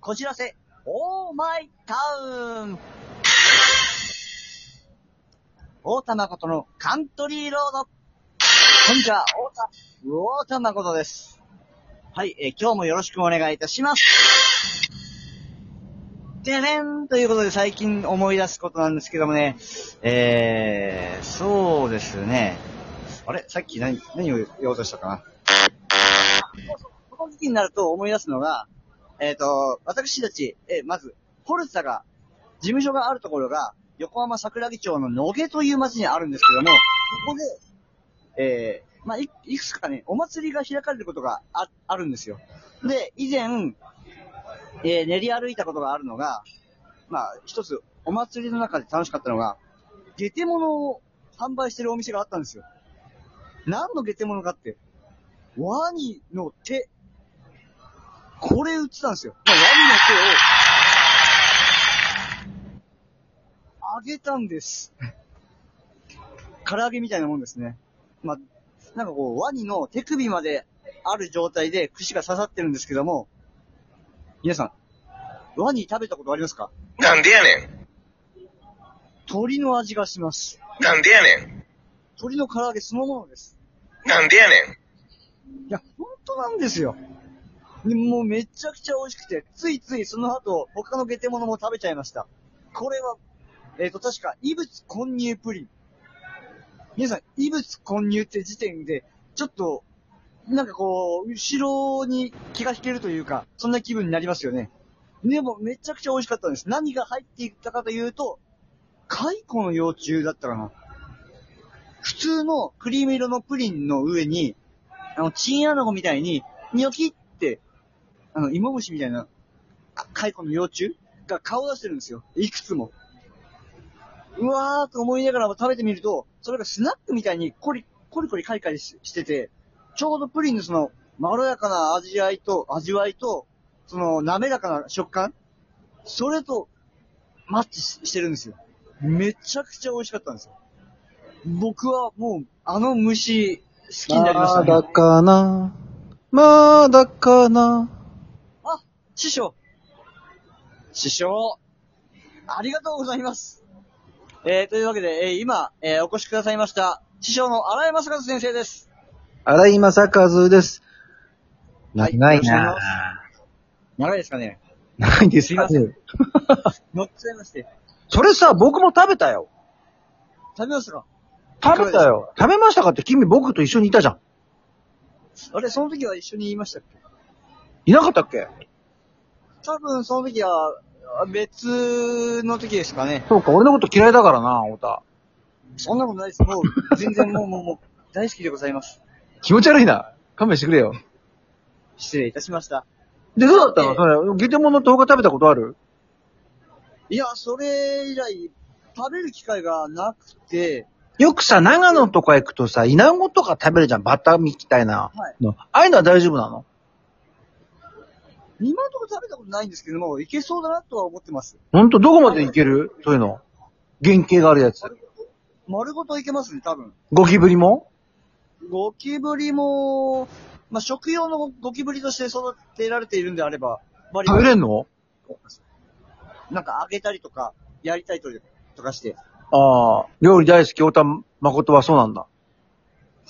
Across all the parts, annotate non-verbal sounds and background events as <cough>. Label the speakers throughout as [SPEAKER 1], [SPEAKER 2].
[SPEAKER 1] こじらせ、オーマイタウン大田誠のカントリーロードこんにちは、大田、大田誠です。はい、えー今日もよろしくお願いいたします。でれんということで最近思い出すことなんですけどもね、えー、そうですね。あれさっき何、何を言おうとしたかなこの時期になると思い出すのが、えっ、と、私たち、えーまず、ポルツァが、事務所があるところが、横浜桜木町の野毛という町にあるんですけども、ここで、えーまあい、いくつかね、お祭りが開かれることがああるんですよ。で、以前、えー練り歩いたことがあるのが、まあ、一つ、お祭りの中で楽しかったのが、下手物を販売してるお店があったんですよ。何の下手物かって、ワニの手。これ売ってたんですよ。ワニの手を、あげたんです。唐揚げみたいなもんですね。まあ、なんかこう、ワニの手首まである状態で串が刺さってるんですけども、皆さん、ワニ食べたことありますか
[SPEAKER 2] なんでやねん。
[SPEAKER 1] 鳥の味がします。
[SPEAKER 2] なんでやねん。
[SPEAKER 1] 鳥の唐揚げそのものです。
[SPEAKER 2] なんでやねん。
[SPEAKER 1] いや、本当なんですよ。でもうめちゃくちゃ美味しくて、ついついその後、他の下手物も食べちゃいました。これは、えっ、と、確か、異物混入プリン。皆さん、異物混入って時点で、ちょっと、なんかこう、後ろに気が引けるというか、そんな気分になりますよね。でも、めちゃくちゃ美味しかったんです。何が入っていったかというと、蚕の幼虫だったかな。普通のクリーム色のプリンの上に、あの、チンアナゴみたいに、ニョキって、あの、芋虫みたいな、あカイコの幼虫が顔を出してるんですよ。いくつも。うわーと思いながらも食べてみると、それがスナックみたいにコリ、コリコリカリカリししてて、ちょうどプリンのその、まろやかな味わいと、味わいと、その、滑らかな食感それと、マッチししてるんですよ。めちゃくちゃ美味しかったんですよ。僕はもう、あの虫、好きになりました、ね。
[SPEAKER 3] だかな。まだかな。
[SPEAKER 1] 師匠。師匠。ありがとうございます。えー、というわけで、えー、今、えー、お越しくださいました、師匠の荒山坂先生です。
[SPEAKER 3] 荒井正和です。
[SPEAKER 1] はい
[SPEAKER 3] 長い
[SPEAKER 1] よろしくお願い
[SPEAKER 3] な
[SPEAKER 1] し長いですかね
[SPEAKER 3] 長いです
[SPEAKER 1] すいませ
[SPEAKER 3] ん。
[SPEAKER 1] 乗っちゃいまして。
[SPEAKER 3] それさ、僕も食べたよ。
[SPEAKER 1] 食べますか
[SPEAKER 3] 食べたよ。食べましたかって君僕と一緒にいたじゃん。
[SPEAKER 1] あれ、その時は一緒に言いましたっけ
[SPEAKER 3] いなかったっけ
[SPEAKER 1] 多分、その時は、あ別の時ですかね。
[SPEAKER 3] そうか、俺のこと嫌いだからな、太田。
[SPEAKER 1] そんなことないです。もう、全然もう、もう、もう、大好きでございます。
[SPEAKER 3] 気持ち悪いな。勘弁してくれよ。
[SPEAKER 1] 失礼いたしました。
[SPEAKER 3] で、どうだったの
[SPEAKER 1] ええ
[SPEAKER 3] それ、ゲテモノと他食べたことある
[SPEAKER 1] いや、それ以来、食べる機会がなくて、
[SPEAKER 3] よくさ、長野とか行くとさ、イナゴとか食べるじゃん。バタみたいな
[SPEAKER 1] はい
[SPEAKER 3] の。ああいうのは大丈夫なの
[SPEAKER 1] 今のところ食べたことないんですけども、いけそうだなとは思ってます。
[SPEAKER 3] ほんと、どこまでいけるそういうの。原型があるやつ。
[SPEAKER 1] 丸ごといけますね、多分。
[SPEAKER 3] ゴキブリも
[SPEAKER 1] ゴキブリも、まあ、食用のゴキブリとして育てられているんであれば、バリ
[SPEAKER 3] 食べ
[SPEAKER 1] バ
[SPEAKER 3] れんの
[SPEAKER 1] リなんか揚げたりとか、やりたいととかして。
[SPEAKER 3] ああ、料理大好き、太田誠はそうなんだ。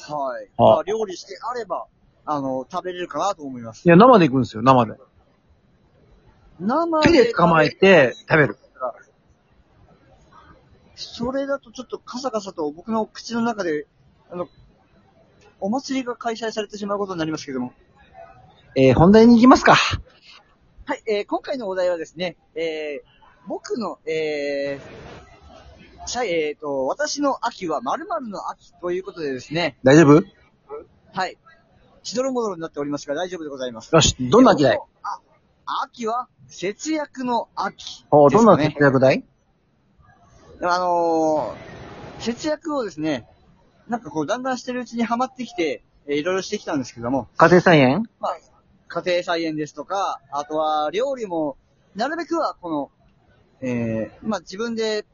[SPEAKER 1] はい。
[SPEAKER 3] あ
[SPEAKER 1] まあ、料理してあれば、あの、食べれるかなと思います。
[SPEAKER 3] いや、生で行くんですよ、生で。
[SPEAKER 1] 生
[SPEAKER 3] 手で捕まえて食べる。
[SPEAKER 1] それだとちょっとカサカサと僕の口の中で、あの、お祭りが開催されてしまうことになりますけども。
[SPEAKER 3] えー、本題に行きますか。
[SPEAKER 1] はい、えー今回のお題はですね、えー僕の、えーさいえーと、私の秋は〇〇の秋ということでですね、
[SPEAKER 3] 大丈夫
[SPEAKER 1] はい、しどろもどろになっておりますが大丈夫でございます。
[SPEAKER 3] よし、どんな秋だい
[SPEAKER 1] あ秋は節約の秋、
[SPEAKER 3] おー
[SPEAKER 1] です
[SPEAKER 3] どん
[SPEAKER 1] か
[SPEAKER 3] な
[SPEAKER 1] ね
[SPEAKER 3] 節。約だい
[SPEAKER 1] あのー節約をですね、なんかこう、だんだんしてるうちにハマってきて、えーいろいろしてきたんですけども、
[SPEAKER 3] 家庭菜園
[SPEAKER 1] まあ、家庭菜園ですとか、あとは料理も、なるべくはこの、えー、まあ自分で、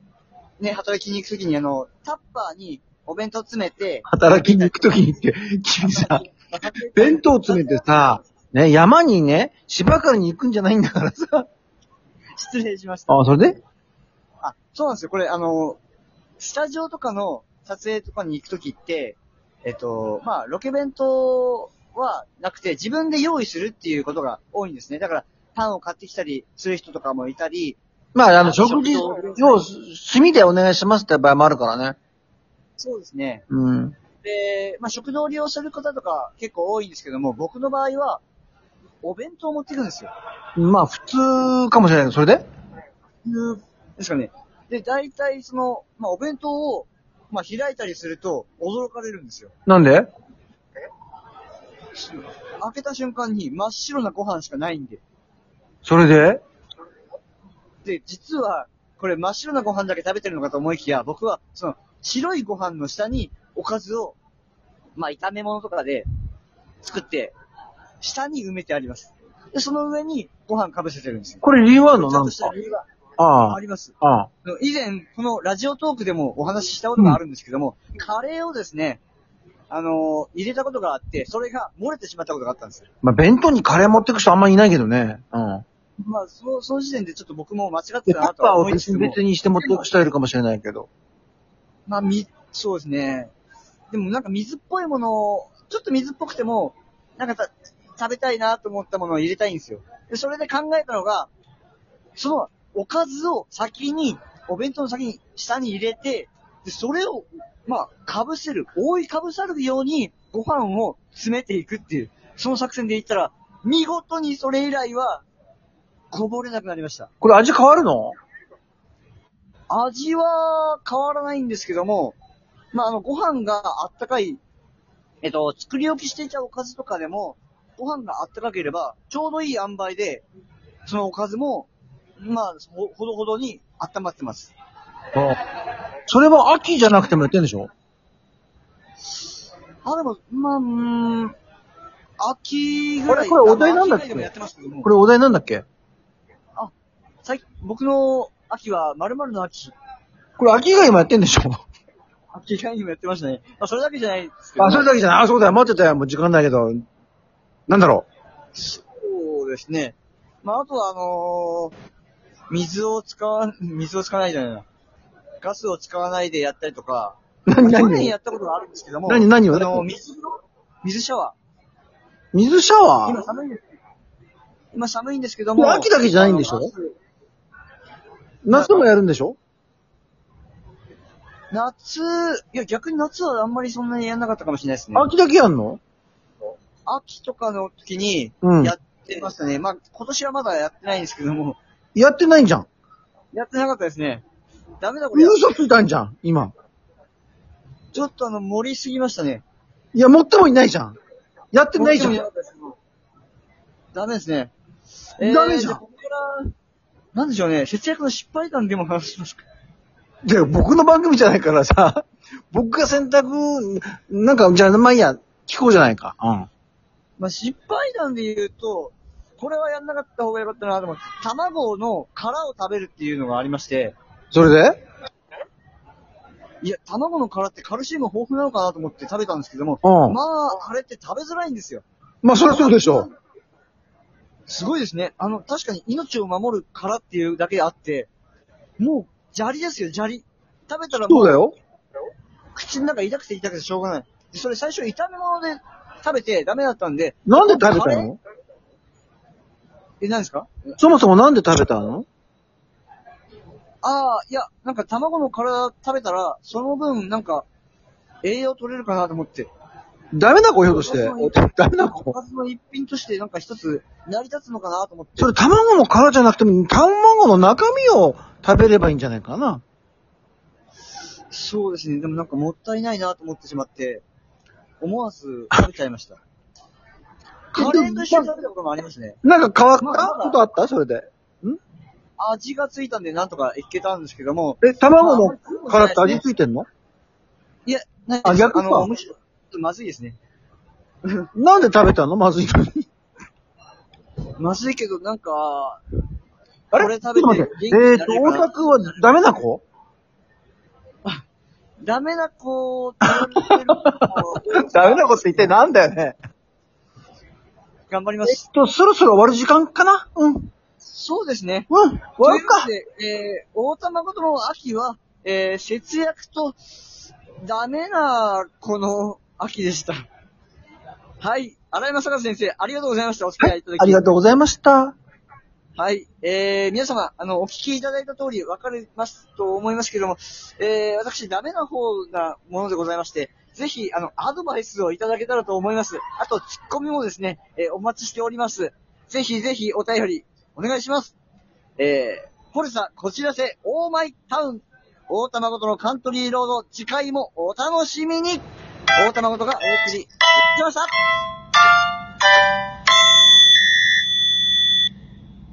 [SPEAKER 1] ね、働きに行くときにあの、タッパーにお弁当詰めて、
[SPEAKER 3] <laughs> 働きに行くときにって、君さ、弁当詰めてさ、ね、山にね、芝刈りに行くんじゃないんだからさ。
[SPEAKER 1] 失礼しました。
[SPEAKER 3] あ、それで
[SPEAKER 1] あ、そうなんですよ。これ、あの、スタジオとかの撮影とかに行くときって、えっと、まあ、ロケ弁当はなくて、自分で用意するっていうことが多いんですね。だから、パンを買ってきたりする人とかもいたり、
[SPEAKER 3] まあ、あの、
[SPEAKER 1] あ
[SPEAKER 3] 食事
[SPEAKER 1] 食
[SPEAKER 3] を炭でお願いしますって場合もあるからね。
[SPEAKER 1] そうですね。
[SPEAKER 3] うん。
[SPEAKER 1] で、まあ、食堂を利用する方とか結構多いんですけども、僕の場合は、お弁当を持っていくんですよ。
[SPEAKER 3] まあ、普通かもしれないけど、それで
[SPEAKER 1] いう、ですかね。で、大体その、まあ、お弁当を、まあ、開いたりすると、驚かれるんですよ。
[SPEAKER 3] なんで
[SPEAKER 1] 開けた瞬間に真っ白なご飯しかないんで。
[SPEAKER 3] それで
[SPEAKER 1] で、実は、これ真っ白なご飯だけ食べてるのかと思いきや、僕は、その、白いご飯の下に、おかずを、まあ、炒め物とかで、作って、下に埋めてあります。で、その上に、ご飯被せてるんですよ。
[SPEAKER 3] これ理由あるの
[SPEAKER 1] ちゃ
[SPEAKER 3] なん
[SPEAKER 1] と
[SPEAKER 3] んか
[SPEAKER 1] した理由が
[SPEAKER 3] あ
[SPEAKER 1] あります。
[SPEAKER 3] あ、ああ。
[SPEAKER 1] あの以前、このラジオトークでもお話ししたことがあるんですけども、カレーをですね、あのー入れたことがあって、それが漏れてしまったことがあったんですよ。
[SPEAKER 3] まあ、弁当にカレー持ってく人あんまりいないけどね。うん。
[SPEAKER 1] まあ、そその時点でちょっと僕も間違って
[SPEAKER 3] で、
[SPEAKER 1] た
[SPEAKER 3] パ
[SPEAKER 1] な
[SPEAKER 3] ッ
[SPEAKER 1] とは
[SPEAKER 3] パーを
[SPEAKER 1] 思いつ
[SPEAKER 3] 別
[SPEAKER 1] つも、
[SPEAKER 3] にして持ってく人いるかもしれないけど。
[SPEAKER 1] まあ、み、そうですね。でもなんか水っぽいものを、ちょっと水っぽくても、なんかた食べたいなと思ったものを入れたいんですよ。で、それで考えたのが、そのおかずを先に、お弁当の先に、下に入れて、で、それを、まあ、被せる、覆い被されるように、ご飯を詰めていくっていう、その作戦で言ったら、見事にそれ以来は、こぼれなくなりました。
[SPEAKER 3] これ味変わるの
[SPEAKER 1] 味は変わらないんですけども、まあ、あの、ご飯があったかい、えっと、作り置きしていたおかずとかでも、ご飯があったかければ、ちょうどいい塩梅で、そのおかずも、まあ、ほほどほどに温まってます。
[SPEAKER 3] うんそれは秋じゃなくてもやってんでしょ
[SPEAKER 1] あ、でも、まあ、うーん、秋ぐ
[SPEAKER 3] こ
[SPEAKER 1] ら
[SPEAKER 3] れ
[SPEAKER 1] い。
[SPEAKER 3] これお題なんだっけ
[SPEAKER 1] あまあ秋ぐらいでもやってますけども
[SPEAKER 3] これお題なんだっけ
[SPEAKER 1] 最近僕の秋は、〇〇の秋、
[SPEAKER 3] これ秋以外もやってんでしょ
[SPEAKER 1] <laughs> 秋以外にもやってましたね。まあ、それだけじゃないですけども。
[SPEAKER 3] あ、それだけじゃない。あ、そうだよ。待ってたよ。もう時間ないけど。なんだろ
[SPEAKER 1] そうですね。まあ、あとは、あのー水を使わ、水を使わないじゃないな。ガスを使わないでやったりとか、
[SPEAKER 3] う。な
[SPEAKER 1] 去
[SPEAKER 3] にな
[SPEAKER 1] 年
[SPEAKER 3] に
[SPEAKER 1] やったことがあるんですけども、
[SPEAKER 3] 何何を
[SPEAKER 1] あのー水の、水シャワ
[SPEAKER 3] 水シャ
[SPEAKER 1] ー。
[SPEAKER 3] ワ
[SPEAKER 1] 今
[SPEAKER 3] ー
[SPEAKER 1] 寒いんです。今寒いんですけど
[SPEAKER 3] こ
[SPEAKER 1] も。
[SPEAKER 3] れ秋だけじゃないんでしょ
[SPEAKER 1] あの夏
[SPEAKER 3] 夏もやるんでしょ
[SPEAKER 1] 夏、いや逆に夏はあんまりそんなにやんなかったかもしれないですね。
[SPEAKER 3] 秋だけやんの
[SPEAKER 1] 秋とかの時に
[SPEAKER 3] うん
[SPEAKER 1] や。ってましたね。まあ今年はまだやってないんですけども、
[SPEAKER 3] やってないんじゃん。
[SPEAKER 1] やってなかったですね。ダメだこれ。
[SPEAKER 3] 嘘ついたんじゃん、今。
[SPEAKER 1] ちょっとあの盛りすぎましたね。
[SPEAKER 3] いや、持ってもいないじゃん。やってないじゃん。
[SPEAKER 1] ダメですね。
[SPEAKER 3] ダメじゃん
[SPEAKER 1] ここから、なんでしょうね、節約の失敗談でも話しますか。
[SPEAKER 3] で、僕の番組じゃないからさ、 <laughs> 僕が選択、なんか、じゃあ、まあいいや、聞こうじゃないか。うん。
[SPEAKER 1] まあ、失敗談で言うと、これはやんなかった方がよかったなと思って、卵の殻を食べるっていうのがありまして、
[SPEAKER 3] それで
[SPEAKER 1] いや、卵の殻ってカルシウム豊富なのかなと思って食べたんですけども、
[SPEAKER 3] うん
[SPEAKER 1] まあ、あれって食べづらいんですよ。
[SPEAKER 3] まあ、そりゃそうでしょ。
[SPEAKER 1] すごいですね。あの、確かに命を守る殻っていうだけあって、もう、砂利ですよ、砂利。食べたらもう
[SPEAKER 3] そうだよ。
[SPEAKER 1] 口の中痛くて痛くてしょうがない。でそれ最初炒め物で食べてダメだったんで。
[SPEAKER 3] なんで食べた
[SPEAKER 1] カレー
[SPEAKER 3] の
[SPEAKER 1] え、何ですか
[SPEAKER 3] そもそもなんで食べたの
[SPEAKER 1] ああ、いや、なんか卵の殻食べたら、その分なんか、栄養取れるかなと思って。
[SPEAKER 3] ダメな子ひょっ
[SPEAKER 1] <laughs>
[SPEAKER 3] として。ダメな
[SPEAKER 1] お
[SPEAKER 3] 子
[SPEAKER 1] かずの一品としてなんか一つ成り立つのかなと思って。
[SPEAKER 3] それ卵の殻じゃなくても、卵の中身を食べればいいんじゃないかな。
[SPEAKER 1] そうですね。でもなんかもったいないなと思ってしまって、思わず食べちゃいました。カレーと一緒に食べたこともありますね。
[SPEAKER 3] なんか変わっ
[SPEAKER 1] ま
[SPEAKER 3] た
[SPEAKER 1] あまだ
[SPEAKER 3] ことあったそれで。
[SPEAKER 1] 味がついたんでなんとかいけたんですけども。
[SPEAKER 3] え、卵の殻って味ついてん
[SPEAKER 1] <laughs>
[SPEAKER 3] の
[SPEAKER 1] いや、ない
[SPEAKER 3] あ逆か
[SPEAKER 1] あの、むしろ、まずいですね。
[SPEAKER 3] なんで食べたのまずいのに。
[SPEAKER 1] まずいけど、なんか、
[SPEAKER 3] あれ
[SPEAKER 1] これ食べて
[SPEAKER 3] ちょっと待って。
[SPEAKER 1] 元
[SPEAKER 3] え
[SPEAKER 1] 気に
[SPEAKER 3] っ
[SPEAKER 1] な
[SPEAKER 3] と、
[SPEAKER 1] れるかな
[SPEAKER 3] 大田君はダメな <laughs> 子
[SPEAKER 1] ダメな子って言われてる子
[SPEAKER 3] ダメな子って一体なんだよね。
[SPEAKER 1] 頑張りま
[SPEAKER 3] え
[SPEAKER 1] す
[SPEAKER 3] っ。と、そろそろ終わる時間かなうん。
[SPEAKER 1] そうですね。
[SPEAKER 3] うん。終わるか
[SPEAKER 1] と。いうことで、えー、大玉ことの秋は、えー、節約と、ダメな、この秋でした。はい。荒山坂先生、ありがとうございました。お付き合いいただき。
[SPEAKER 3] ありがとうございました。
[SPEAKER 1] はい。えー、皆様、あの、お聞きいただいた通り、わかりますと思いますけども、えー、私、ダメな方なものでございまして、ぜひ、あの、アドバイスをいただけたらと思います。あと、ツッコミもですね、えーお待ちしております。ぜひぜひ、お便り、お願いします。えー、ホルサ、こちらせ、オーマイタウン、大玉ごとのカントリーロード、次回もお楽しみに大玉ごとがお送り、しました